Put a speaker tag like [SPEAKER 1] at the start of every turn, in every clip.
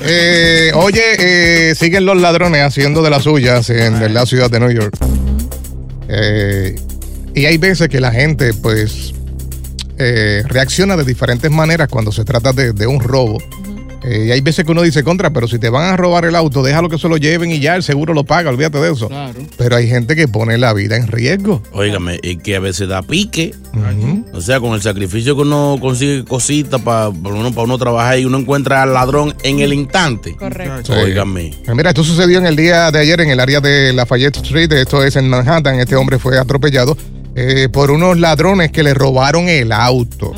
[SPEAKER 1] Eh, oye, eh, siguen los ladrones haciendo de las suyas en la ciudad de New York. Eh, y hay veces que la gente, pues, eh, reacciona de diferentes maneras cuando se trata de, de un robo. Eh, y hay veces que uno dice, contra, pero si te van a robar el auto, déjalo que se lo lleven y ya el seguro lo paga, olvídate de eso. Pero hay gente que pone la vida en riesgo.
[SPEAKER 2] Óigame, y que a veces da pique.
[SPEAKER 1] Ujú.
[SPEAKER 2] O sea, con el sacrificio que uno consigue cositas para uno, para uno trabajar y uno encuentra al ladrón en el instante. Correcto. Óigame.
[SPEAKER 1] Eh, Mira, esto sucedió en el día de ayer en el área de Lafayette Street, esto es en Manhattan. Este hombre fue atropellado eh, por unos ladrones que le robaron el auto.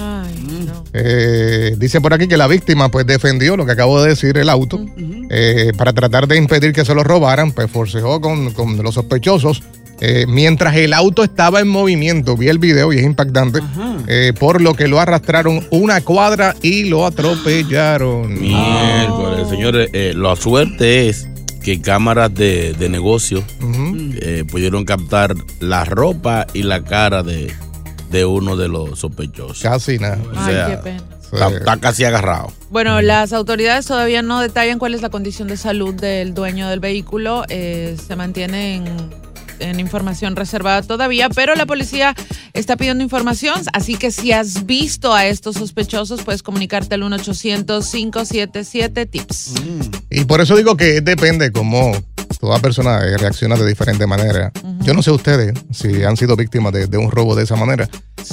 [SPEAKER 1] Eh, dicen por aquí que la víctima pues defendió lo que acabo de decir, el auto, eh, para tratar de impedir que se lo robaran, pues forcejeó con, con los sospechosos. eh, mientras el auto estaba en movimiento, vi el video y es impactante, eh, por lo que lo arrastraron una cuadra y lo atropellaron.
[SPEAKER 2] Miércoles, señores, eh, la suerte es que cámaras de, de negocio
[SPEAKER 1] Ujú.
[SPEAKER 2] eh, pudieron captar la ropa y la cara de, de uno de los sospechosos.
[SPEAKER 1] Casi nada.
[SPEAKER 2] O sea,
[SPEAKER 3] Ay, qué pena.
[SPEAKER 2] está, está casi agarrado.
[SPEAKER 3] Bueno, las autoridades todavía no detallan cuál es la condición de salud del dueño del vehículo. Eh, se mantiene en, en información reservada todavía, pero la policía está pidiendo información. Así que si has visto a estos sospechosos, puedes comunicarte al 1-800-577-TIPS.
[SPEAKER 4] Mm,
[SPEAKER 1] Y por eso digo que depende cómo toda persona eh, reacciona de diferente manera. Yo no sé ustedes si han sido víctimas de, de un robo de esa manera,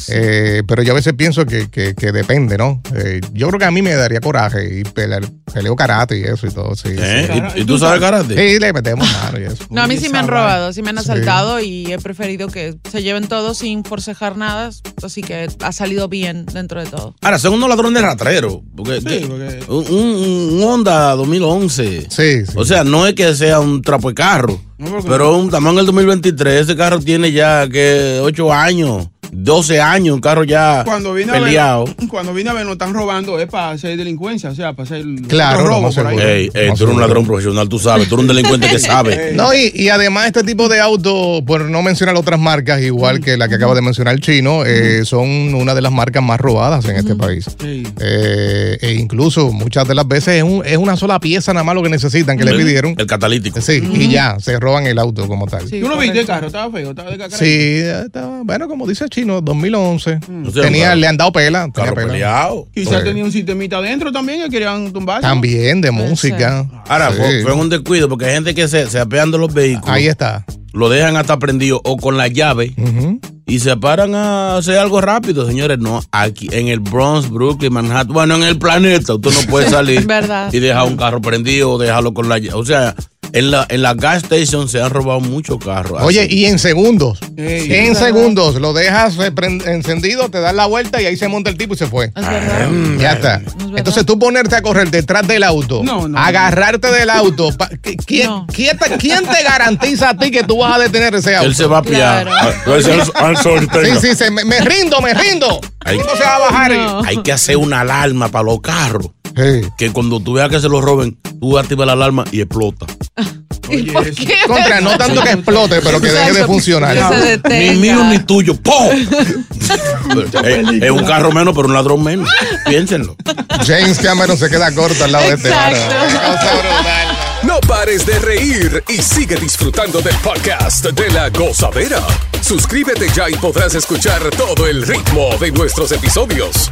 [SPEAKER 1] Eh, pero yo a veces pienso que, que- que depende, ¿no? Eh, yo creo que a mí me daría coraje y pelear- peleo karate y eso y todo. Sí,
[SPEAKER 2] ¿Eh?
[SPEAKER 1] sí.
[SPEAKER 2] ¿Y- y tú sabes karate?
[SPEAKER 1] Sí, le metemos mano y eso.
[SPEAKER 3] No, a mí sí me han robado, sí me han
[SPEAKER 1] Sí.
[SPEAKER 3] asaltado y he preferido que se lleven todo sin forcejar nada. Así que ha salido bien dentro de todo.
[SPEAKER 2] Ahora, son unos ladrones rateros. Porque, que- Un, un- un Honda 2011. O sea, no es que sea un trapo de carro. pero un tamaño del 2023. Ese carro tiene ya que 8 años, 12 años. Un carro ya
[SPEAKER 5] Cuando vine, a
[SPEAKER 2] peleado.
[SPEAKER 5] ver, cuando vine a ver, nos están robando, es para hacer delincuencia, o sea, para hacer
[SPEAKER 2] Claro,
[SPEAKER 5] otro
[SPEAKER 2] lo
[SPEAKER 5] robo
[SPEAKER 2] más
[SPEAKER 5] por ahí.
[SPEAKER 2] seguro. Ey, ey, tú eres un ladrón profesional, tú sabes. Tú eres un delincuente que sabe.
[SPEAKER 1] No, y, y además este tipo de autos, por no mencionar otras marcas, igual que la que acaba de mencionar el chino, eh, son una de las marcas más robadas en este país. Eh, e incluso muchas de las veces es, un- es una sola pieza nada más lo que necesitan, que le
[SPEAKER 2] El-
[SPEAKER 1] pidieron.
[SPEAKER 2] El catalítico.
[SPEAKER 1] Sí, y ya, se roban el auto como tal.
[SPEAKER 5] Tú no viste el carro, estaba feo, estaba de cacara.
[SPEAKER 1] Sí, estaba- bueno, como dice el chino, 2011.
[SPEAKER 5] O sea,
[SPEAKER 1] Tenía,
[SPEAKER 5] claro.
[SPEAKER 1] le han dado pela. tenía
[SPEAKER 2] Carro
[SPEAKER 1] pela.
[SPEAKER 2] peleado.
[SPEAKER 5] Quizás
[SPEAKER 1] Sí.
[SPEAKER 5] tenía un sistemita adentro también que querían tumbar.
[SPEAKER 1] También de música.
[SPEAKER 2] Ahora,
[SPEAKER 1] Sí.
[SPEAKER 2] fue, fue un descuido porque hay gente que se, se apean de los vehículos.
[SPEAKER 1] Ahí está.
[SPEAKER 2] Lo dejan hasta prendido o con la llave.
[SPEAKER 1] Ujú.
[SPEAKER 2] y se paran a hacer algo rápido, señores. No, aquí en el Bronx, Brooklyn, Manhattan, bueno, en el planeta, usted no puede salir
[SPEAKER 3] Verdad.
[SPEAKER 2] y dejar un carro prendido o dejarlo con la llave. O sea, en la, en la gas station se han robado muchos carros.
[SPEAKER 1] Oye, y en segundos.
[SPEAKER 2] Ey.
[SPEAKER 1] en
[SPEAKER 2] Sí.
[SPEAKER 1] segundos. Lo dejas eh, prend- encendido, te das la vuelta y ahí se monta el tipo y se fue.
[SPEAKER 2] Ah,
[SPEAKER 1] Mm, ya está. Entonces tú ponerte a correr detrás del auto,
[SPEAKER 5] No, no,
[SPEAKER 1] agarrarte del auto. pa- ¿qui- ¿quién, quién te, quién te garantiza a ti que tú vas a detener ese auto?
[SPEAKER 2] Él se va a pillar. Claro. Ah, ese es Anzo
[SPEAKER 1] Sí,
[SPEAKER 2] Ortega.
[SPEAKER 1] sí, se- me, me rindo, me rindo.
[SPEAKER 2] Hay,
[SPEAKER 1] No se va a bajar.
[SPEAKER 2] hay que hacer una alarma para los carros. Que cuando tú veas que se los roben, tú activas la alarma y explota.
[SPEAKER 1] Contra, no tanto que explote, pero que deje de funcionar.
[SPEAKER 2] Ni mío ni tuyo. ¡Po! es, es un carro menos, pero un ladrón menos. Piénsenlo.
[SPEAKER 1] James Cameron se queda corto al lado de este.
[SPEAKER 6] No pares de reír y sigue disfrutando del podcast de la gozadera. Suscríbete ya y podrás escuchar todo el ritmo de nuestros episodios.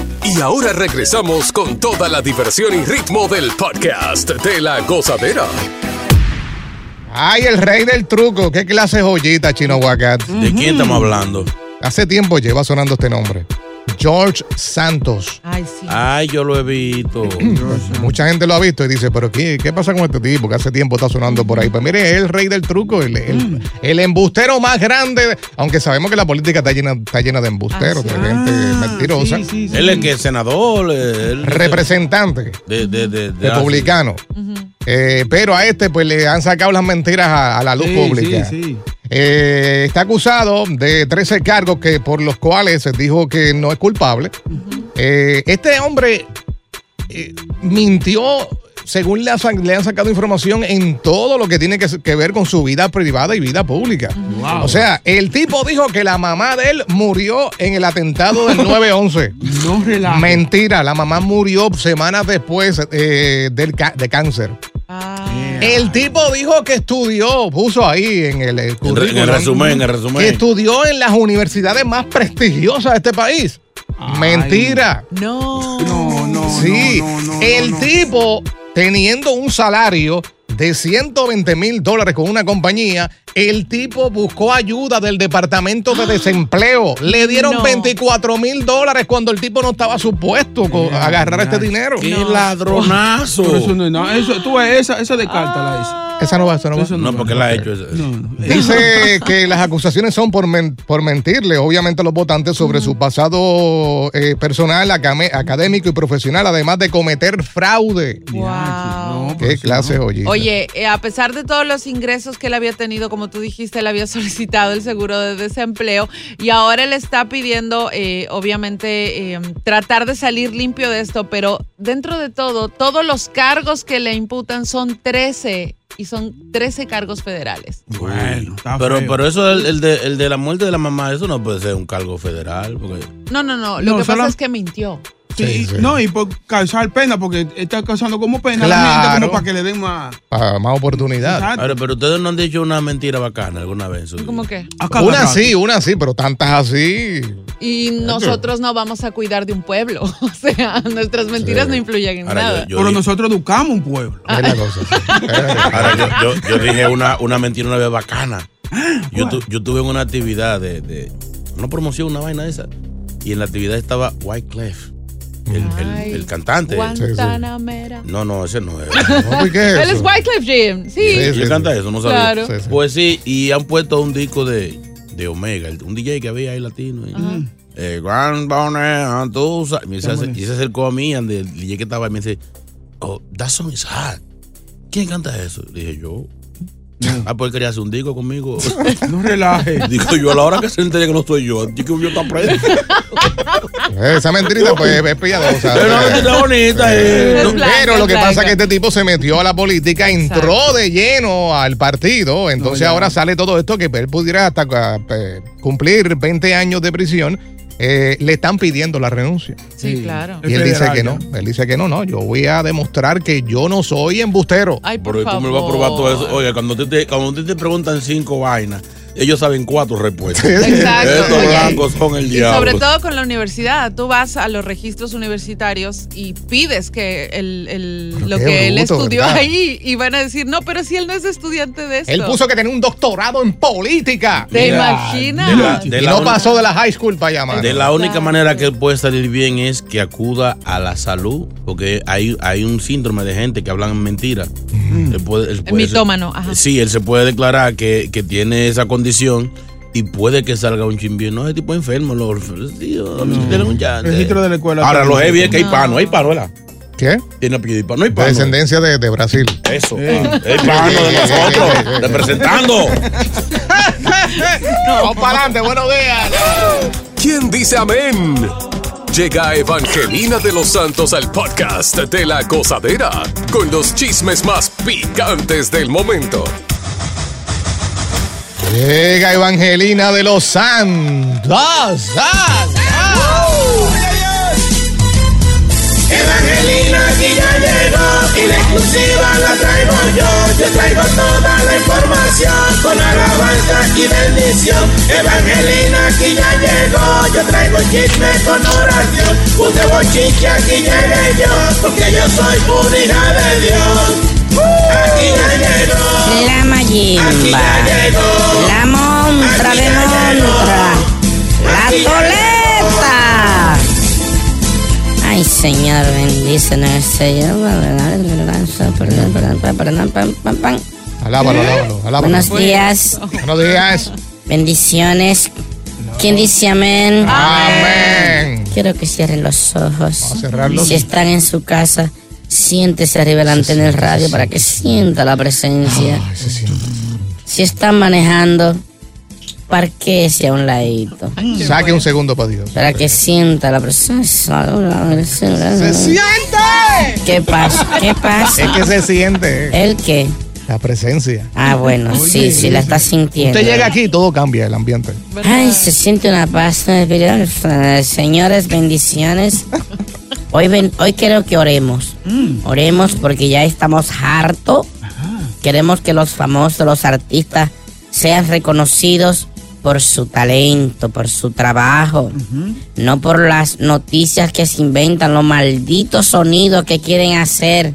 [SPEAKER 6] Y ahora regresamos con toda la diversión y ritmo del podcast de la gozadera.
[SPEAKER 1] Ay, el rey del truco. ¿Qué clase de joyita, Chino Guacat?
[SPEAKER 2] ¿De quién estamos hablando?
[SPEAKER 1] Hace tiempo lleva sonando este nombre. George Santos.
[SPEAKER 3] Ay, sí.
[SPEAKER 2] Ay, yo lo he visto.
[SPEAKER 1] Mucha gente lo ha visto y dice, pero ¿qué, qué pasa con este tipo que hace tiempo está sonando por ahí? Pues mire, es el rey del truco, el, el- el embustero más grande, aunque sabemos que la política está llena, está llena de
[SPEAKER 2] Ah,
[SPEAKER 1] embusteros, de gente mentirosa.
[SPEAKER 2] Él es que es senador. eh, él-
[SPEAKER 1] Representante
[SPEAKER 2] de, de, de- de-
[SPEAKER 1] republicano. Eh, pero a este pues le han sacado las mentiras a, a la luz
[SPEAKER 5] Sí,
[SPEAKER 1] pública.
[SPEAKER 5] sí, sí.
[SPEAKER 1] Eh, está acusado de 13 cargos que, por los cuales se dijo que no es culpable. Eh, este hombre eh, mintió, según le, ha sa- le han sacado información, en todo lo que tiene que, s- que ver con su vida privada y vida pública.
[SPEAKER 5] Wow.
[SPEAKER 1] O sea, el tipo dijo que la mamá de él murió en el atentado del 9-11.
[SPEAKER 5] No relaja.
[SPEAKER 1] Mentira, la mamá murió semanas después eh, del ca- de cáncer. El tipo dijo que estudió, puso ahí en el, eh,
[SPEAKER 2] En, re- en
[SPEAKER 1] currículum
[SPEAKER 2] el resumen, en el
[SPEAKER 1] que
[SPEAKER 2] resumen.
[SPEAKER 1] estudió en las universidades más prestigiosas de este país. Mentira.
[SPEAKER 3] No.
[SPEAKER 1] No, no. Sí. el tipo teniendo un salario de 120 mil dólares con una compañía, el tipo buscó ayuda del Departamento de Desempleo. Le dieron
[SPEAKER 2] No.
[SPEAKER 1] 24 mil dólares cuando el tipo no estaba supuesto co- a agarrar este dinero.
[SPEAKER 2] ¡Qué ladronazo!
[SPEAKER 5] Pero eso no es nada. Eso, tú ves, esa, esa de carta
[SPEAKER 1] Esa no va, esa no va.
[SPEAKER 2] No, porque él ha hecho eso. Pues,
[SPEAKER 1] Dice que las acusaciones son por, men- por mentirle, obviamente, a los votantes sobre su pasado eh, personal, acame- académico y profesional, además de cometer fraude. Qué clase, oye.
[SPEAKER 3] Oye, eh, a pesar de todos los ingresos que él había tenido, como tú dijiste, él había solicitado el seguro de desempleo y ahora él está pidiendo, eh, obviamente, eh, tratar de salir limpio de esto, pero dentro de todo, todos los cargos que le imputan son 13 y son 13 cargos federales.
[SPEAKER 2] Bueno, pero, pero eso, el, el de, el de la muerte de la mamá, eso no puede ser un cargo federal. Porque...
[SPEAKER 3] No, no, no, lo
[SPEAKER 5] No,
[SPEAKER 3] que
[SPEAKER 5] solo-
[SPEAKER 3] pasa es que mintió.
[SPEAKER 5] Sí, y- No, y por causar pena, porque está causando como pena a la gente,
[SPEAKER 2] Claro.
[SPEAKER 5] como para que le den más.
[SPEAKER 1] Ah, más oportunidad.
[SPEAKER 2] Ahora, pero ustedes no han dicho una mentira bacana alguna vez. en su vida?
[SPEAKER 3] ¿Cómo que?
[SPEAKER 1] Una sí, una sí, pero tantas así.
[SPEAKER 3] Ah, Y nosotros no vamos a cuidar de un pueblo. O sea, nuestras mentiras no influyen en
[SPEAKER 2] Ahora, yo-
[SPEAKER 3] nada.
[SPEAKER 2] yo
[SPEAKER 5] Pero
[SPEAKER 2] dije-
[SPEAKER 5] nosotros educamos un pueblo.
[SPEAKER 2] Ahora, yo, yo- yo dije una, una mentira una vez bacana. Yo, tu- yo tuve en una actividad de, de- Una promoción, una vaina esa. Y en la actividad estaba Wyclef, el, el-
[SPEAKER 3] Ay,
[SPEAKER 2] el cantante.
[SPEAKER 3] Guantanamera.
[SPEAKER 2] No, no, ese no es.
[SPEAKER 3] Él es Wyclef Jim. Sí.
[SPEAKER 2] Sí, él canta eso, no sabía.
[SPEAKER 3] Claro. Sí, sí.
[SPEAKER 2] Pues sí, y han puesto un disco de, de Omega, el- un DJ que había ahí latino. y- ah, Eh, Gran Bonero, tú sabes. Y se, hace- y se acercó a mí, ande, el DJ que estaba, y me dice, oh, that song is hot. ¿Quién canta eso? Dije yo. Ah, pues quería hacer un disco conmigo.
[SPEAKER 5] No relaje.
[SPEAKER 2] Digo yo, a la hora que se entere que no soy yo, yo que yo está preso.
[SPEAKER 1] Esa mentirita, pues, es piadosa.
[SPEAKER 2] Pero una
[SPEAKER 1] Eh,
[SPEAKER 2] mentirita bonita, eh.
[SPEAKER 1] eh,
[SPEAKER 2] No,
[SPEAKER 1] no, Pero lo que
[SPEAKER 2] blanca.
[SPEAKER 1] pasa es que este tipo se metió a la política, entró de lleno al partido. Entonces ahora sale todo esto que él pudiera hasta eh, cumplir 20 años de prisión. eh, le están pidiendo la renuncia.
[SPEAKER 3] Sí, claro.
[SPEAKER 1] Y él dice que no, él dice que no, no, yo voy a demostrar que yo no soy embustero.
[SPEAKER 2] Pero ¿y tú me vas a probar todo eso. Oye, cuando te, te- cuando te, te preguntan cinco vainas, ellos saben cuatro respuestas.
[SPEAKER 3] Exacto,
[SPEAKER 2] Estos
[SPEAKER 3] oye.
[SPEAKER 2] blancos son el
[SPEAKER 3] Y
[SPEAKER 2] diablo.
[SPEAKER 3] sobre todo con la universidad, tú vas a los registros universitarios y pides que el, el- lo
[SPEAKER 1] qué
[SPEAKER 3] que él
[SPEAKER 1] bruto,
[SPEAKER 3] estudió
[SPEAKER 1] ¿verdad?
[SPEAKER 3] ahí y van a decir, no, pero si él no es estudiante de esto.
[SPEAKER 1] Él puso que tenía un doctorado en política.
[SPEAKER 3] pues ¿Te
[SPEAKER 2] Mira,
[SPEAKER 3] imaginas?
[SPEAKER 2] de la- de
[SPEAKER 1] y
[SPEAKER 2] la
[SPEAKER 1] no
[SPEAKER 2] un-
[SPEAKER 1] pasó de la high school para allá, mano.
[SPEAKER 2] De la única manera que él puede salir bien es que acuda a la salud, porque hay, hay un síndrome de gente que hablan mentira. Él puede- él
[SPEAKER 1] pues,
[SPEAKER 2] puede ser-
[SPEAKER 3] Mitómano, ajá.
[SPEAKER 2] Sí, él se puede declarar que, que tiene esa condición y puede que salga un chimbín. No, ese tipo es enfermo, lo tío, tiene un chance.
[SPEAKER 5] Registro de la escuela.
[SPEAKER 2] Ahora, lo heavy es que hay
[SPEAKER 5] No.
[SPEAKER 2] pano, hay pano, ¿verdad?
[SPEAKER 1] ¿Qué?
[SPEAKER 2] Tiene apellido hispano, hay
[SPEAKER 1] De
[SPEAKER 2] pano.
[SPEAKER 1] descendencia de, de Brasil.
[SPEAKER 2] Eso, ah, hay pano de nosotros, representando.
[SPEAKER 1] Vamos para adelante, buenos días.
[SPEAKER 6] ¿Quién dice amén? Llega Evangelina de los Santos al podcast de la gozadera con los chismes más picantes del momento.
[SPEAKER 1] Llega Evangelina de los Santos. ¡Ah!
[SPEAKER 7] Evangelina aquí ya llegó y la exclusiva la traigo yo. Yo traigo toda la información con alabanza y bendición. Evangelina aquí ya llegó, yo traigo chisme con oración. Puse bochiche aquí llegué yo, porque yo soy una hija de Dios. Aquí ya llegó.
[SPEAKER 8] La Mayimba, la montra de montra, la toleta. Ay, Señor, bendice nuestro
[SPEAKER 1] Alábalo, alábalo, alábalo.
[SPEAKER 8] Buenos días.
[SPEAKER 1] Buenos días.
[SPEAKER 8] Bendiciones. ¿Quién dice amén? Amén. Quiero que cierren los ojos.
[SPEAKER 1] cerrarlos.
[SPEAKER 8] Si están en su casa, siéntese arriba delante en el radio para que sienta la presencia.
[SPEAKER 1] Ah,
[SPEAKER 8] Si están manejando, parquéese a un ladito.
[SPEAKER 1] Saque un segundo para Dios.
[SPEAKER 8] Para que sienta la presencia.
[SPEAKER 1] ¡Se
[SPEAKER 8] siente! ¿Qué pasa? ¿Qué pasa?
[SPEAKER 1] Es que se siente. eh.
[SPEAKER 8] ¿El qué?
[SPEAKER 1] La presencia.
[SPEAKER 8] Ah, bueno, sí, sí, la está sintiendo.
[SPEAKER 1] Usted llega aquí y todo cambia el ambiente.
[SPEAKER 8] Ay, se siente una paz en el espíritu. Eh, Señores, bendiciones. Hoy, ven, hoy quiero que oremos. Oremos porque ya estamos harto. Queremos que los famosos, los artistas, sean reconocidos por su talento, por su trabajo. No por las noticias que se inventan, los malditos sonidos que quieren hacer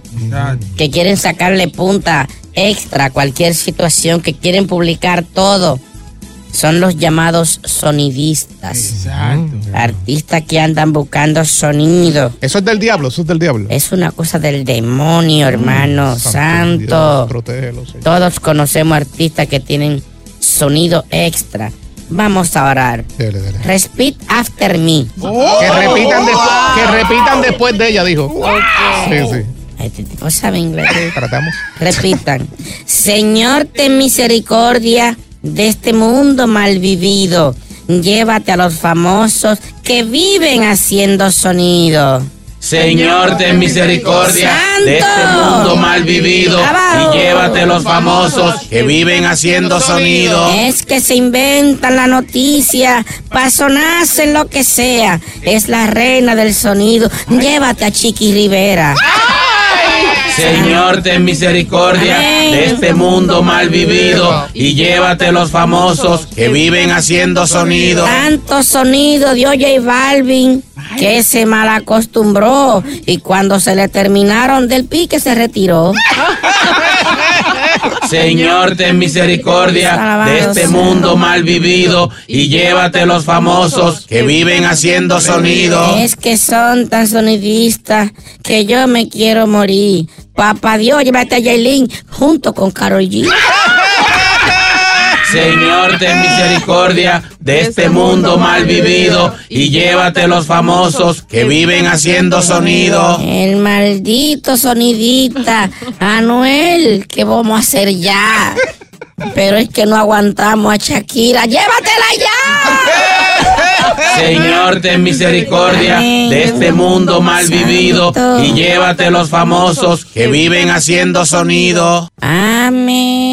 [SPEAKER 8] que quieren sacarle punta extra a cualquier situación, que quieren publicar todo, son los llamados sonidistas. Artistas que andan buscando sonido.
[SPEAKER 1] Eso es del diablo, eso es del diablo. Mm,
[SPEAKER 8] Es una cosa del demonio, hermano santo.
[SPEAKER 1] Dios, protégelo, Señor.
[SPEAKER 8] Todos conocemos artistas que tienen sonido extra. Vamos a orar.
[SPEAKER 1] Dele, dele.
[SPEAKER 8] Respite after me. Oh.
[SPEAKER 1] Que repitan, después, que repitan después de ella, dijo. Sí, sí.
[SPEAKER 8] Este tipo sabe inglés.
[SPEAKER 1] Tratamos.
[SPEAKER 8] Repitan. Señor, ten misericordia de este mundo mal vivido. Llévate a los famosos que viven haciendo sonido.
[SPEAKER 9] Señor, ten misericordia de este mundo mal vivido y llévate los famosos que viven haciendo sonido.
[SPEAKER 8] Es que se inventan la noticia, pasonarse en lo que sea. Es la reina del sonido. Llévate a Chiqui Rivera.
[SPEAKER 9] Señor, ten misericordia de este mundo mal vivido y llévate los famosos que viven haciendo sonido.
[SPEAKER 8] Tanto sonido dio J Balvin que se mal acostumbró y cuando se le terminaron del pique se retiró.
[SPEAKER 9] Señor, ten misericordia de este mundo mal vivido y llévate los famosos que viven haciendo sonido.
[SPEAKER 8] Es que son tan sonidistas que yo me quiero morir. Papá Dios, llévate a Yailin junto con Karol G.
[SPEAKER 9] Señor, ten misericordia de este mundo mal vivido y llévate los famosos que viven haciendo sonido.
[SPEAKER 8] El maldito sonidita, Anuel, ¿qué vamos a hacer ya? Pero es que no aguantamos a Shakira. ¡Llévatela ya!
[SPEAKER 9] Señor, ten misericordia de este mundo mal vivido y llévate los famosos que viven haciendo sonido.
[SPEAKER 8] Amén.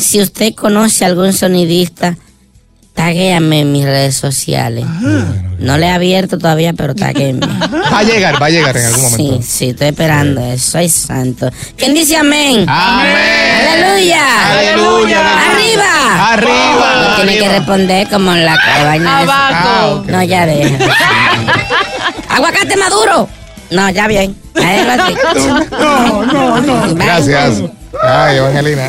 [SPEAKER 8] Si usted conoce a algún sonidista, taguéame en mis redes sociales. No le he abierto todavía, pero taguéame.
[SPEAKER 1] Va a llegar, va a llegar en algún momento.
[SPEAKER 8] Sí, sí, estoy esperando eso. Soy santo. ¿Quién dice amén? Amén. Aleluya.
[SPEAKER 7] Aleluya.
[SPEAKER 8] Arriba. Arriba. Tiene que responder como en la cabaña. esa.
[SPEAKER 7] Abajo. Ah, ok.
[SPEAKER 8] No, ya deja. Aguacate maduro. No, ya bien. Déjalo así.
[SPEAKER 1] No, no, no.
[SPEAKER 10] Gracias.
[SPEAKER 1] Ay, Evangelina.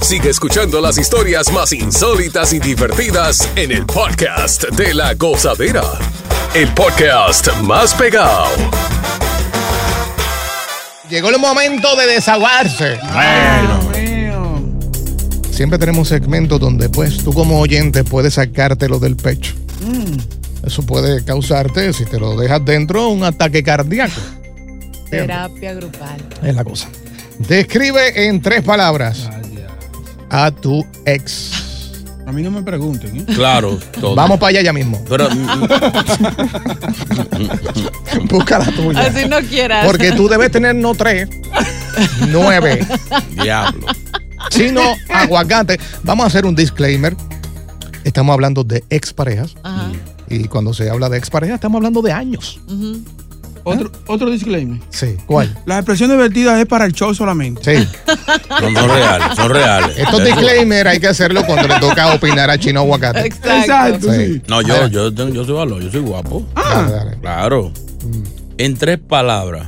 [SPEAKER 6] Sigue escuchando las historias más insólitas y divertidas en el podcast de la gozadera. El podcast más pegado.
[SPEAKER 1] Llegó el momento de desahogarse. Siempre tenemos un segmento donde pues tú como oyente puedes sacártelo del pecho. Eso puede causarte, si te lo dejas dentro, un ataque cardíaco.
[SPEAKER 3] Terapia grupal.
[SPEAKER 1] Es la cosa. Describe en tres palabras a tu ex.
[SPEAKER 5] A mí no me pregunten, ¿eh?
[SPEAKER 2] Claro. todo.
[SPEAKER 1] Vamos para allá ya mismo.
[SPEAKER 2] Pero, mm,
[SPEAKER 1] Busca la tuya.
[SPEAKER 3] Así no quieras.
[SPEAKER 1] Pues Porque tú debes tener no tres, nueve,
[SPEAKER 2] diablo.
[SPEAKER 1] sino aguacate. Vamos a hacer un disclaimer. Estamos hablando de exparejas.
[SPEAKER 3] Ajá.
[SPEAKER 1] Y cuando se habla de exparejas, estamos hablando de años.
[SPEAKER 3] Ujú.
[SPEAKER 5] Otro, otro disclaimer.
[SPEAKER 1] Sí. ¿Cuál?
[SPEAKER 5] Las expresiones vertidas es para el show solamente.
[SPEAKER 1] Sí.
[SPEAKER 2] No, son reales, son reales.
[SPEAKER 1] Estos
[SPEAKER 2] Eso-
[SPEAKER 1] disclaimers hay que hacerlo cuando le toca opinar a Chino Aguacate.
[SPEAKER 5] Exacto. sí.
[SPEAKER 2] No, yo, yo, tengo- yo soy valor, yo soy guapo.
[SPEAKER 1] Ah. Dale, dale. Mm.
[SPEAKER 2] Claro. En tres palabras,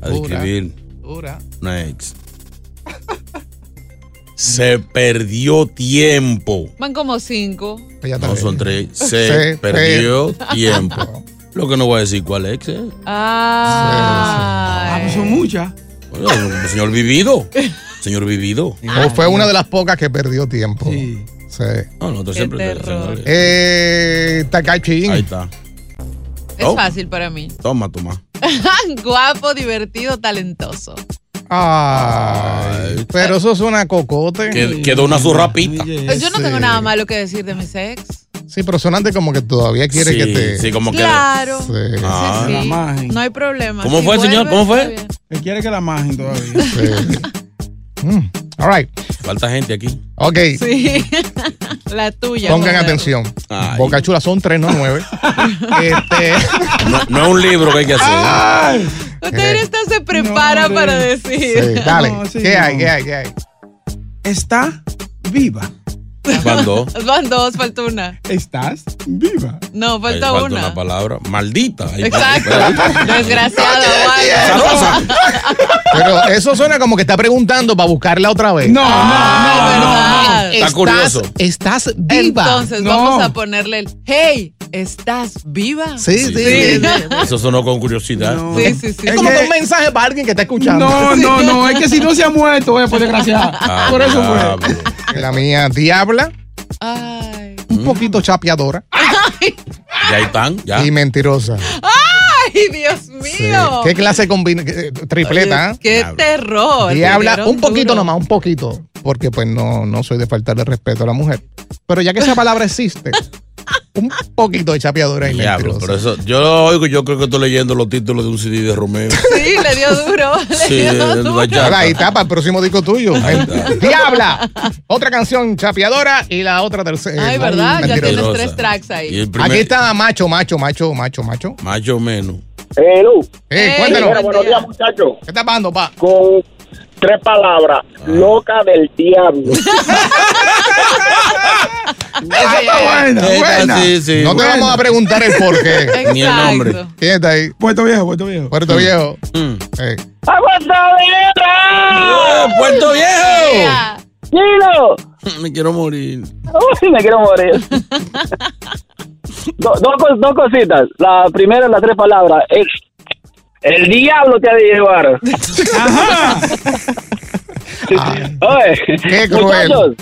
[SPEAKER 2] a
[SPEAKER 1] Dura.
[SPEAKER 2] describir una ex. Se perdió tiempo.
[SPEAKER 3] Van como cinco.
[SPEAKER 1] Pues
[SPEAKER 2] No son tres.
[SPEAKER 1] Se
[SPEAKER 2] Se perdió tiempo. Lo que no voy a decir cuál ex es. eh.
[SPEAKER 3] Ah.
[SPEAKER 5] Son muchas.
[SPEAKER 2] Bueno, Señor vivido. Señor vivido.
[SPEAKER 1] O fue una de las pocas que perdió tiempo. Sí.
[SPEAKER 2] Ah, No, nosotros siempre.
[SPEAKER 1] Eh, Takachi.
[SPEAKER 2] Ahí está.
[SPEAKER 3] Es
[SPEAKER 2] Oh.
[SPEAKER 3] fácil para mí.
[SPEAKER 2] Toma, toma.
[SPEAKER 3] Guapo, divertido, talentoso.
[SPEAKER 1] Ay, pero eso es una cocote.
[SPEAKER 2] Qued- Quedó una zurrapita.
[SPEAKER 3] Pues Yo no tengo nada malo que decir de mis ex.
[SPEAKER 1] Sí, pero sonante como que todavía quiere
[SPEAKER 2] Sí,
[SPEAKER 1] que te.
[SPEAKER 2] sí, como
[SPEAKER 3] Claro.
[SPEAKER 1] Sí.
[SPEAKER 2] Ah.
[SPEAKER 3] Sí,
[SPEAKER 5] imagen.
[SPEAKER 3] No hay problema.
[SPEAKER 2] ¿Cómo
[SPEAKER 3] Si
[SPEAKER 2] fue,
[SPEAKER 3] vuelve,
[SPEAKER 2] señor? ¿Cómo fue?
[SPEAKER 3] está bien.
[SPEAKER 5] Él quiere que la majen todavía.
[SPEAKER 1] All right.
[SPEAKER 2] Falta gente aquí.
[SPEAKER 1] Ok.
[SPEAKER 3] Sí. La tuya.
[SPEAKER 1] Pongan
[SPEAKER 3] José.
[SPEAKER 1] atención. Boca Chula son tres, no nueve. este.
[SPEAKER 2] No, no es un libro que hay que hacer.
[SPEAKER 3] Usted
[SPEAKER 1] Eh.
[SPEAKER 3] esta se prepara
[SPEAKER 5] hombre.
[SPEAKER 3] para decir.
[SPEAKER 1] Sí, dale.
[SPEAKER 5] No, sí,
[SPEAKER 1] ¿Qué hay?
[SPEAKER 5] no.
[SPEAKER 1] ¿Qué hay? ¿Qué hay?
[SPEAKER 5] Está viva.
[SPEAKER 2] Mandó.
[SPEAKER 3] Van dos, falta una.
[SPEAKER 5] ¿Estás viva?
[SPEAKER 3] No,
[SPEAKER 2] Ahí
[SPEAKER 3] falta una.
[SPEAKER 2] palabra. Maldita. Ahí está.
[SPEAKER 3] Exacto. Desgraciado, vaya.
[SPEAKER 2] Sabrosa.
[SPEAKER 1] Pero eso suena como que está preguntando para buscarla otra vez. No,
[SPEAKER 3] Ah, ¿verdad?
[SPEAKER 2] Está curioso.
[SPEAKER 1] Estás viva.
[SPEAKER 3] Entonces,
[SPEAKER 1] No.
[SPEAKER 3] vamos a ponerle el Hey, ¿estás viva?
[SPEAKER 1] Sí, sí. sí.
[SPEAKER 2] Eso sonó con curiosidad.
[SPEAKER 3] Sí, sí, sí.
[SPEAKER 1] Es como un mensaje para alguien que está escuchando.
[SPEAKER 5] No, no, no. Es que si no se ha muerto, eh, pues, por desgracia.
[SPEAKER 2] Ah,
[SPEAKER 5] Por eso
[SPEAKER 2] diablo.
[SPEAKER 5] fue.
[SPEAKER 1] La mía, Diabla, Un poquito chapeadora.
[SPEAKER 2] Ya ahí están, ya.
[SPEAKER 1] Y mentirosa.
[SPEAKER 3] ¡Ay, Dios mío!
[SPEAKER 1] ¿Qué clase de combina eh, tripleta? ¿eh?
[SPEAKER 3] ¡Qué terror!
[SPEAKER 1] Y habla
[SPEAKER 3] Dieron
[SPEAKER 1] un poquito
[SPEAKER 3] duro.
[SPEAKER 1] nomás, un poquito. Porque pues no, no soy de faltarle respeto a la mujer. Pero ya que esa palabra existe, un poquito de chapeadora y
[SPEAKER 2] Diablo,
[SPEAKER 1] mentirosa.
[SPEAKER 2] pero eso, yo lo oigo, yo creo que estoy leyendo los títulos de un CD de Romeo.
[SPEAKER 3] Sí, le dio duro. le
[SPEAKER 2] Sí,
[SPEAKER 3] dio
[SPEAKER 2] el
[SPEAKER 3] duro.
[SPEAKER 2] bachata.
[SPEAKER 1] Ahí está, para el próximo disco tuyo. Diabla. Otra canción chapeadora y la otra tercera.
[SPEAKER 3] Ay, ¿verdad? Ya
[SPEAKER 1] mentirosa.
[SPEAKER 3] tienes tres tracks ahí.
[SPEAKER 2] Y el primer-
[SPEAKER 1] Aquí está macho, macho, macho, macho, macho.
[SPEAKER 2] Más o menos.
[SPEAKER 11] Eh, Lu.
[SPEAKER 1] Eh,
[SPEAKER 11] cuéntanos.
[SPEAKER 1] cuéntanos.
[SPEAKER 11] buenos días, muchachos.
[SPEAKER 1] ¿Qué está pasando, pa? Ah.
[SPEAKER 11] Con tres palabras. Loca del diablo.
[SPEAKER 1] Esa está Ah, buena,
[SPEAKER 11] Esta
[SPEAKER 1] buena.
[SPEAKER 11] sí, sí,
[SPEAKER 1] no te
[SPEAKER 11] buena.
[SPEAKER 1] vamos a preguntar el por qué.
[SPEAKER 11] Ni el nombre. Exacto.
[SPEAKER 1] ¿Quién está ahí? Puerto Viejo, Puerto Viejo. Puerto Viejo. Eh.
[SPEAKER 11] ¡Aguanta,
[SPEAKER 2] ¡Puerto Viejo!
[SPEAKER 11] ¡Chilo!
[SPEAKER 2] Me quiero morir.
[SPEAKER 11] Uy, me quiero morir. Do- dos cos- dos cositas. La primera, las tres palabras. El, el diablo te ha de llevar. Oye,
[SPEAKER 1] Qué cruel.
[SPEAKER 11] muchachos,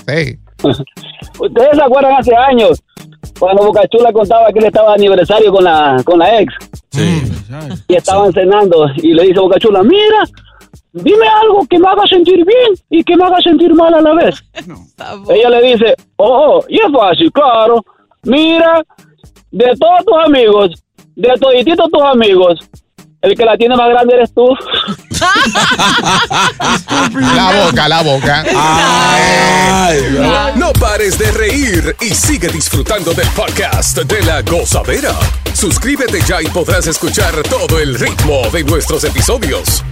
[SPEAKER 11] Ustedes se acuerdan hace años cuando Bocachula contaba que él estaba de aniversario con la, con la ex. Mm. Y estaban cenando y le dice Bocachula, mira, dime algo que me haga sentir bien y que me haga sentir mal a la vez. Ella le dice, oh, oh, y es fácil, claro. Mira, de todos tus amigos, de todititos tus amigos, el que la tiene más grande eres tú.
[SPEAKER 1] La boca, la boca.
[SPEAKER 6] No pares de reír y sigue disfrutando del podcast de la gozadera. Suscríbete ya y podrás escuchar todo el ritmo de nuestros episodios.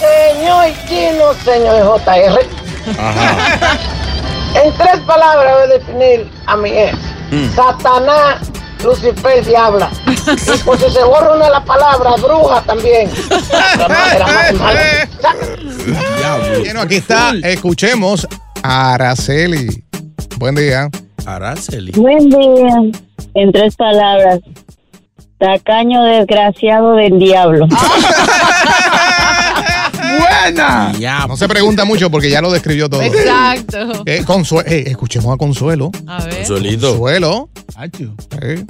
[SPEAKER 12] Señor Chino, señor JR. En tres palabras voy a definir a mi ex.
[SPEAKER 7] Mm.
[SPEAKER 12] Satanás, Lucifer, diabla. Y por si se borra una de las palabras, bruja también. La madre era más mala.
[SPEAKER 1] Bueno, aquí está. Escuchemos a Araceli. Buen día.
[SPEAKER 2] Araceli.
[SPEAKER 13] Buen día. En tres palabras. Tacaño desgraciado del diablo.
[SPEAKER 1] ¡Buena! No se
[SPEAKER 2] pues.
[SPEAKER 1] pregunta mucho porque ya lo describió todo.
[SPEAKER 3] Exacto.
[SPEAKER 1] Eh, Consue- eh, escuchemos a Consuelo.
[SPEAKER 3] A ver.
[SPEAKER 2] Consuelito.
[SPEAKER 1] Consuelo. Eh,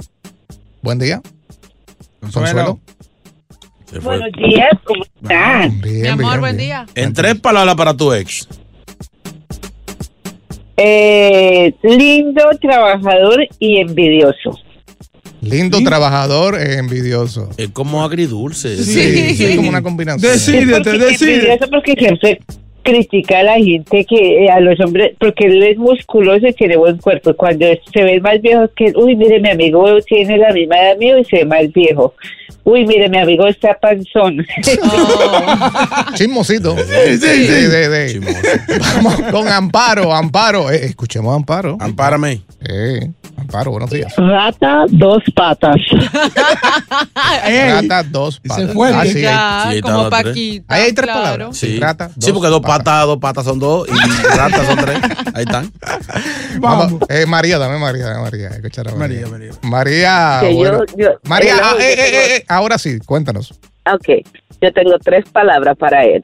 [SPEAKER 1] Buen día. Consuelo.
[SPEAKER 13] Buenos días, ¿cómo están?
[SPEAKER 1] Mi
[SPEAKER 3] amor, buen día.
[SPEAKER 2] En tres palabras para tu ex.
[SPEAKER 13] Eh, lindo, trabajador y envidioso.
[SPEAKER 1] Lindo trabajador, eh, envidioso.
[SPEAKER 2] Es como agridulce.
[SPEAKER 1] Sí, es como una combinación.
[SPEAKER 13] Es porque- envidioso porque siempre critica a la gente que eh, a los hombres porque él es musculoso y tiene buen cuerpo cuando es- se ve más viejo que uy mire mi amigo tiene la misma edad mío y se ve más viejo uy mire mi amigo está panzón
[SPEAKER 1] Chismosito.
[SPEAKER 2] sí, sí.
[SPEAKER 1] De- de- de- Vamos con Amparo, Amparo. Eh, escuchemos a Amparo.
[SPEAKER 2] Ampárame.
[SPEAKER 1] Eh, Amparo, buenos días.
[SPEAKER 13] Rata, dos patas.
[SPEAKER 1] Rata, dos patas. Ah, sí,
[SPEAKER 3] Ya,
[SPEAKER 1] hay-
[SPEAKER 3] como
[SPEAKER 2] estaba tres.
[SPEAKER 3] Paquita,
[SPEAKER 1] Ahí hay tres
[SPEAKER 3] claro.
[SPEAKER 1] palabras.
[SPEAKER 2] Sí,
[SPEAKER 1] Rata,
[SPEAKER 2] sí porque dos patas, dos patas son dos y ratas son tres. Ahí están.
[SPEAKER 1] Vamos. Eh, María, dame María, dame María. Escuchar a María. María, María.
[SPEAKER 14] Que yo-
[SPEAKER 1] bueno.
[SPEAKER 14] yo-
[SPEAKER 1] María,
[SPEAKER 14] hello,
[SPEAKER 1] ah,
[SPEAKER 14] yo
[SPEAKER 1] eh,
[SPEAKER 14] tengo-
[SPEAKER 1] eh, eh, ahora sí, cuéntanos.
[SPEAKER 14] Ok, yo tengo tres palabras para él.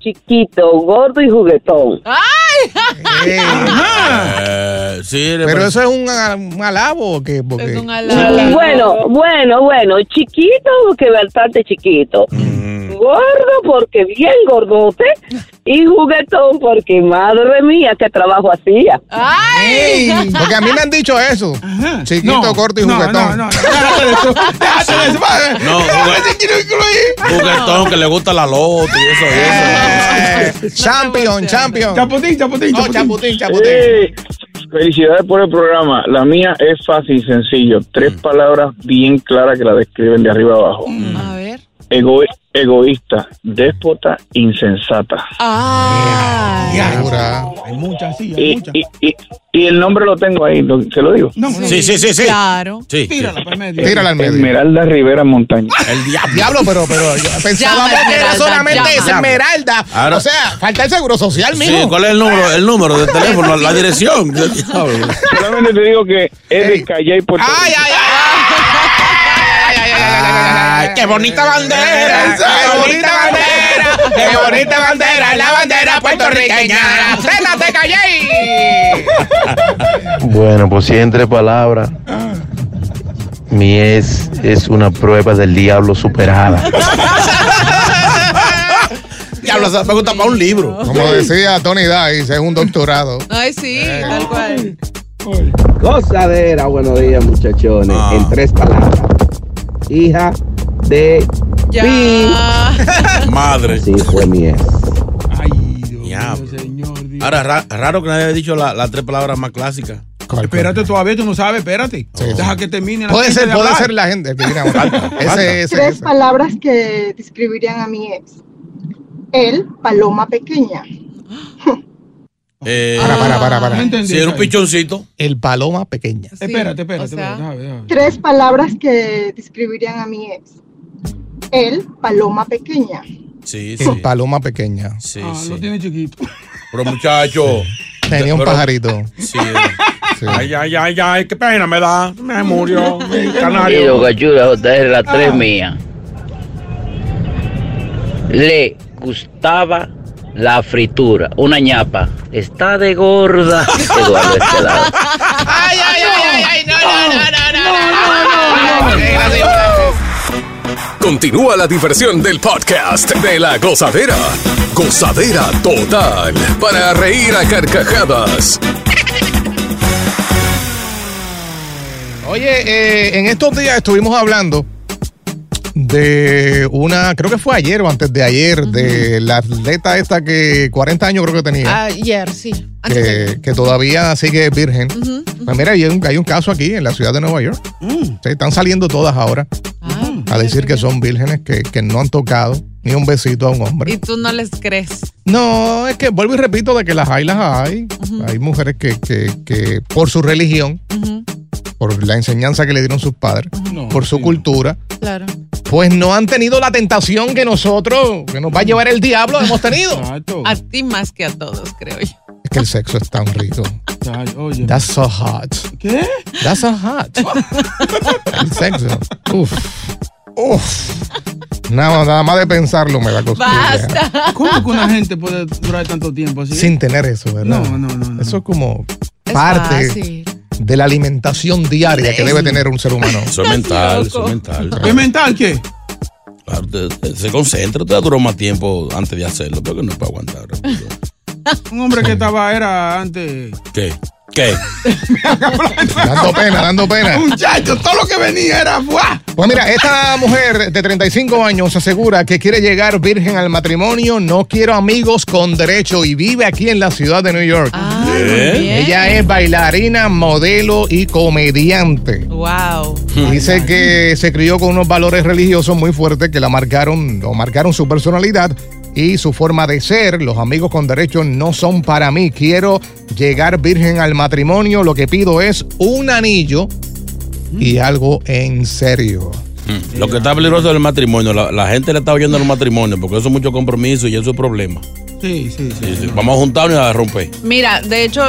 [SPEAKER 14] Chiquito, gordo y juguetón.
[SPEAKER 2] Eh, sí, le
[SPEAKER 1] Eh, Pero
[SPEAKER 2] parece-
[SPEAKER 1] eso es un, ah, un alabo. Que, porque,
[SPEAKER 14] Chiqui- Bueno, bueno, bueno. Chiquito porque bastante chiquito.
[SPEAKER 2] Mm.
[SPEAKER 14] Gordo porque bien gordote. Y juguetón porque madre mía, qué trabajo hacía.
[SPEAKER 1] ¡Ay! Porque a mí me han dicho eso. Chiquito, corto y juguetón. No, no, no.
[SPEAKER 2] No, juguetón que le gusta la lota y eso, y eso.
[SPEAKER 1] Eh, champion, champion.
[SPEAKER 5] Chaputín, chaputín,
[SPEAKER 1] chaputín. chaputín,
[SPEAKER 15] Eh, Felicidades por el programa. La mía es fácil, sencillo. Tres palabras bien claras que la describen de arriba a abajo. Ego- egoísta, déspota, insensata.
[SPEAKER 5] Hay muchas, sí, hay
[SPEAKER 15] Y,
[SPEAKER 5] muchas.
[SPEAKER 15] y, y, y el nombre lo tengo ahí, lo- te lo digo.
[SPEAKER 2] Sí, sí, sí, sí.
[SPEAKER 3] Claro.
[SPEAKER 2] Sí.
[SPEAKER 5] Tírala para medio.
[SPEAKER 1] Tírala al medio.
[SPEAKER 15] Esmeralda Rivera Montaña.
[SPEAKER 2] El diablo.
[SPEAKER 1] Diablo, pero, pero yo pensaba
[SPEAKER 7] Llama,
[SPEAKER 1] que era
[SPEAKER 7] Esmeralda,
[SPEAKER 1] solamente
[SPEAKER 7] llama.
[SPEAKER 1] esa esmeralda.
[SPEAKER 2] Ahora-
[SPEAKER 1] o sea, falta el seguro social,
[SPEAKER 2] Sí,
[SPEAKER 1] mijo.
[SPEAKER 2] ¿cuál es el número? El número de teléfono, la dirección.
[SPEAKER 15] Solamente te digo que es de Calle y Puerto Rico.
[SPEAKER 2] Ay, qué bonita bandera, qué bonita bandera, qué bonita bandera, la bandera puertorriqueña.
[SPEAKER 7] ¡Séntate, callé!
[SPEAKER 16] Bueno, pues sí, en tres palabras. Mi es es una prueba del diablo superada.
[SPEAKER 2] Diablo, esa me gusta para un libro.
[SPEAKER 1] Como decía Tony Dice, es un doctorado.
[SPEAKER 3] Ay, sí,
[SPEAKER 2] Eh.
[SPEAKER 3] tal cual.
[SPEAKER 17] Gozadera, buenos días muchachones. En tres palabras. Hija de...
[SPEAKER 3] Ya.
[SPEAKER 2] Ah. Madre.
[SPEAKER 17] Sí, fue mi ex.
[SPEAKER 2] Diablo. Ahora, ra- raro que nadie haya dicho la- las tres palabras más clásicas.
[SPEAKER 5] Espérate todavía, tú no sabes, espérate. Deja que termine. la
[SPEAKER 1] Puede
[SPEAKER 5] gente
[SPEAKER 1] ser,
[SPEAKER 5] de
[SPEAKER 1] puede
[SPEAKER 5] hablar.
[SPEAKER 1] ser la gente que viene ahora. Ese, ese,
[SPEAKER 18] Tres
[SPEAKER 1] ese.
[SPEAKER 18] palabras que describirían a mi ex. Él, paloma pequeña.
[SPEAKER 1] para, para, para, para.
[SPEAKER 2] Si era un pichoncito.
[SPEAKER 1] Eh, El paloma pequeña.
[SPEAKER 5] Espérate, espérate.
[SPEAKER 18] Tres palabras que describirían a mi ex. Él, paloma pequeña.
[SPEAKER 2] Sí,
[SPEAKER 1] El paloma pequeña.
[SPEAKER 2] Sí,
[SPEAKER 3] Ah,
[SPEAKER 5] Ah, Lo tiene chiquito.
[SPEAKER 2] Pero muchacho.
[SPEAKER 1] Tenía un
[SPEAKER 2] Pero-
[SPEAKER 1] pajarito.
[SPEAKER 2] Sí. Ay, ay, ay, ay, qué pena me da. Me murió. Me
[SPEAKER 19] Y
[SPEAKER 2] canario.
[SPEAKER 19] don Cachura, JR, las tres mías. Le gustaba la fritura, una ñapa. Está de gorda. Eduardo este Estelado.
[SPEAKER 7] Ay, ay, ay, ay, no, no, no, no, no, no, no,
[SPEAKER 6] Continúa la diversión del podcast de la gozadera. Gozadera total. Para reír a carcajadas.
[SPEAKER 1] Oye, eh, en estos días estuvimos hablando de una, creo que fue ayer o antes de ayer, de la atleta esta que 40 años creo que tenía,
[SPEAKER 3] Ayer, sí. Antes de ayer.
[SPEAKER 1] que, que todavía sigue virgen.
[SPEAKER 3] Ujú.
[SPEAKER 1] Pues mira, hay un, hay un caso aquí en la ciudad de Nueva York.
[SPEAKER 2] Mm.
[SPEAKER 1] Sí, están saliendo todas ahora
[SPEAKER 3] Ah,
[SPEAKER 1] a decir que son vírgenes, que, que no han tocado ni un besito a un hombre.
[SPEAKER 3] Y tú no les crees.
[SPEAKER 1] No, es que vuelvo y repito de que las hay, las hay. Hay mujeres que, que- que por su religión, por la enseñanza que le dieron sus padres, por su cultura,
[SPEAKER 3] Claro.
[SPEAKER 1] pues no han tenido la tentación que nosotros, que nos va a llevar el diablo, hemos tenido.
[SPEAKER 3] A ti más que a todos, creo yo.
[SPEAKER 1] Es que el sexo es tan rico. That's so hot.
[SPEAKER 5] ¿Qué?
[SPEAKER 1] That's so hot. El sexo. Uf. Uf. Nada, nada más de pensarlo me da cosquillas.
[SPEAKER 5] ¿Cómo que una gente puede durar tanto tiempo así?
[SPEAKER 1] Sin tener eso, ¿verdad? No, no, no. Eso es como parte de la alimentación diaria que debe tener un ser humano.
[SPEAKER 2] Eso es mental, eso es mental.
[SPEAKER 5] ¿Es mental qué?
[SPEAKER 2] Claro, te- te- se concentra, te duró más tiempo antes de hacerlo, porque no es para aguantar.
[SPEAKER 5] Un hombre que estaba era antes.
[SPEAKER 2] ¿Qué? ¿Qué?
[SPEAKER 1] Dando pena, dando pena.
[SPEAKER 5] Muchachos, todo lo que venía era ¡buah!
[SPEAKER 1] Pues mira, esta mujer de 35 años asegura que quiere llegar virgen al matrimonio, no quiero amigos con derecho y vive aquí en la ciudad de New York.
[SPEAKER 7] Ah, muy bien.
[SPEAKER 1] Ella es bailarina, modelo y comediante.
[SPEAKER 3] Wow.
[SPEAKER 1] Dice que se crió con unos valores religiosos muy fuertes que la marcaron o marcaron su personalidad y su forma de ser. Los amigos con derechos no son para mí. Quiero llegar virgen al matrimonio. Lo que pido es un anillo
[SPEAKER 5] Mm.
[SPEAKER 1] y algo en serio.
[SPEAKER 2] Mm. Lo que está peligroso es el matrimonio. La, la gente le está oyendo los matrimonios porque eso es mucho compromiso y eso es problema.
[SPEAKER 5] Sí, sí, sí.
[SPEAKER 2] Sí, sí. Vamos a juntarnos y a romper.
[SPEAKER 3] Mira, de hecho,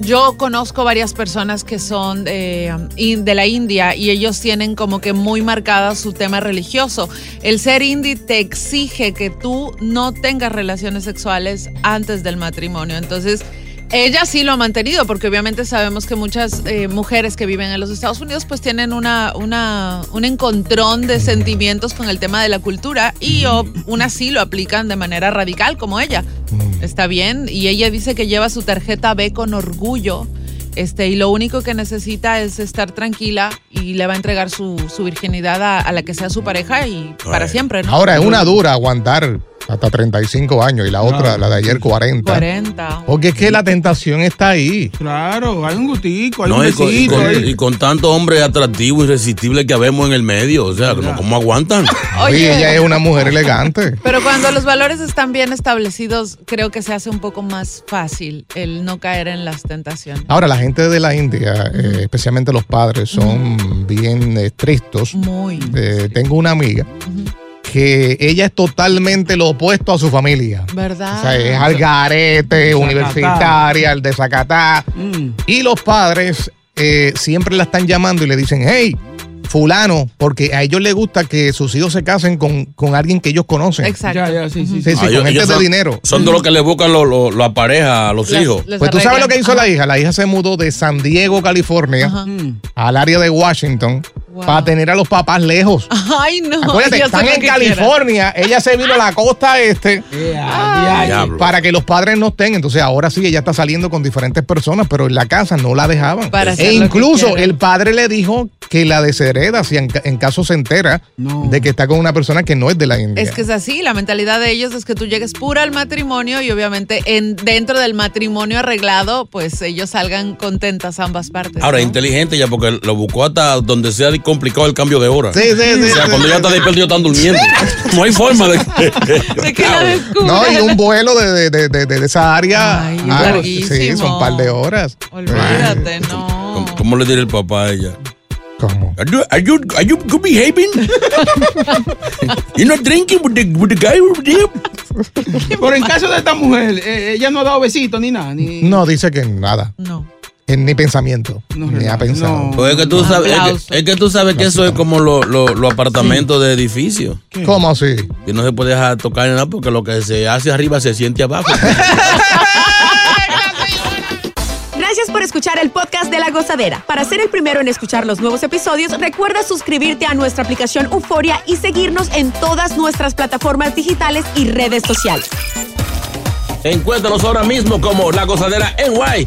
[SPEAKER 3] yo conozco varias personas que son eh, in- de la India y ellos tienen como que muy marcada su tema religioso. El ser indie te exige que tú no tengas relaciones sexuales antes del matrimonio. Entonces. Ella sí lo ha mantenido, porque obviamente sabemos que muchas eh, mujeres que viven en los Estados Unidos pues tienen una, una, un encontrón de sentimientos con el tema de la cultura y o, unas sí lo aplican de manera radical como ella. Está bien, y ella dice que lleva su tarjeta B con orgullo. Este, y lo único que necesita es estar tranquila y le va a entregar su, su virginidad a, a la que sea su pareja y para siempre, ¿no?
[SPEAKER 1] Ahora es una dura aguantar hasta 35 años y la otra, la de ayer, 40.
[SPEAKER 3] 40.
[SPEAKER 1] Porque es que la tentación está ahí.
[SPEAKER 5] Claro, hay un gustico, hay
[SPEAKER 2] No,
[SPEAKER 5] un
[SPEAKER 2] y, con, y,
[SPEAKER 5] besito. eh.
[SPEAKER 2] con,
[SPEAKER 5] ahí.
[SPEAKER 2] y con tanto hombre atractivo, irresistible que habemos en el medio. O sea, ¿cómo, cómo aguantan?
[SPEAKER 3] Oye.
[SPEAKER 1] Y ella es una mujer elegante.
[SPEAKER 3] Pero cuando los valores están bien establecidos, creo que se hace un poco más fácil el no caer en las tentaciones.
[SPEAKER 1] Ahora, la gente de la India, eh, especialmente los padres, son bien estrictos. Eh,
[SPEAKER 3] Muy.
[SPEAKER 1] tengo una amiga que ella es totalmente lo opuesto a su familia.
[SPEAKER 3] ¿Verdad?
[SPEAKER 1] O sea, es al garete,
[SPEAKER 3] Ah. Desacatado. Mm.
[SPEAKER 1] universitaria, al desacatá. Y los padres eh, siempre la están llamando y le dicen, hey, fulano, porque a ellos les gusta que sus hijos se casen con, con alguien que ellos conocen.
[SPEAKER 3] Exacto.
[SPEAKER 5] Ya, ya, sí, sí.
[SPEAKER 1] Sí, sí,
[SPEAKER 2] Ah,
[SPEAKER 1] con
[SPEAKER 2] ellos-
[SPEAKER 1] gente
[SPEAKER 2] ellos
[SPEAKER 1] de
[SPEAKER 2] son-
[SPEAKER 1] dinero.
[SPEAKER 2] Son de los que le buscan lo- lo- la pareja a los
[SPEAKER 1] Las-
[SPEAKER 2] hijos.
[SPEAKER 1] Pues tú sabes lo que hizo la hija. La hija se mudó de San Diego, California, al área de Washington, para tener a los papás lejos.
[SPEAKER 3] Ay, no.
[SPEAKER 1] Acuérdate,
[SPEAKER 3] yo sé
[SPEAKER 1] están
[SPEAKER 3] lo
[SPEAKER 1] en
[SPEAKER 3] que quieras.
[SPEAKER 1] California. Ella se vino a la costa este
[SPEAKER 3] Ay.
[SPEAKER 5] diablo.
[SPEAKER 1] para que los padres no estén. Entonces ahora sí, ella está saliendo con diferentes personas, pero en la casa no la dejaban.
[SPEAKER 5] Para hacer
[SPEAKER 1] e
[SPEAKER 5] lo que
[SPEAKER 1] incluso
[SPEAKER 5] quiera.
[SPEAKER 1] el padre le dijo que la deshereda si en, ca- en caso se entera de que está con una persona que no es de la India.
[SPEAKER 3] Es que es así, la mentalidad de ellos es que tú llegues pura al matrimonio y obviamente en, dentro del matrimonio arreglado, pues ellos salgan contentas ambas partes.
[SPEAKER 2] Ahora, inteligente ya, porque lo buscó hasta donde sea complicado el cambio de hora.
[SPEAKER 1] Sí, sí, sí,
[SPEAKER 2] O sea,
[SPEAKER 1] sí,
[SPEAKER 2] cuando
[SPEAKER 1] sí.
[SPEAKER 2] ya está despierto, yo están durmiendo. No hay forma de que.
[SPEAKER 1] No, y un vuelo de, de- de- de- de- de esa área.
[SPEAKER 2] es
[SPEAKER 1] Ah,
[SPEAKER 2] larguísimo.
[SPEAKER 1] sí, son un par de horas.
[SPEAKER 3] Olvídate, no.
[SPEAKER 2] ¿Cómo, cómo le dirá el papá a ella? ¿Cómo? Are you, are you, are you good behaving? You're not drinking with the, with the guy over there?
[SPEAKER 5] Pero en caso de esta mujer, eh, ella no ha dado besitos ni nada. Ni...
[SPEAKER 1] No, dice que nada.
[SPEAKER 3] No.
[SPEAKER 1] ni pensamiento. ni ha pensado.
[SPEAKER 2] Pues es que tú sabes, es que, es que tú sabes que eso es como los lo, los apartamentos de edificio.
[SPEAKER 1] ¿Cómo así?
[SPEAKER 2] Y no se puede dejar tocar ni nada porque lo que se hace arriba se siente abajo.
[SPEAKER 20] Gracias por escuchar el podcast de La Gozadera. Para ser el primero en escuchar los nuevos episodios, recuerda suscribirte a nuestra aplicación Euforia y seguirnos en todas nuestras plataformas digitales y redes sociales.
[SPEAKER 2] Encuéntranos ahora mismo como La Gozadera en Guay.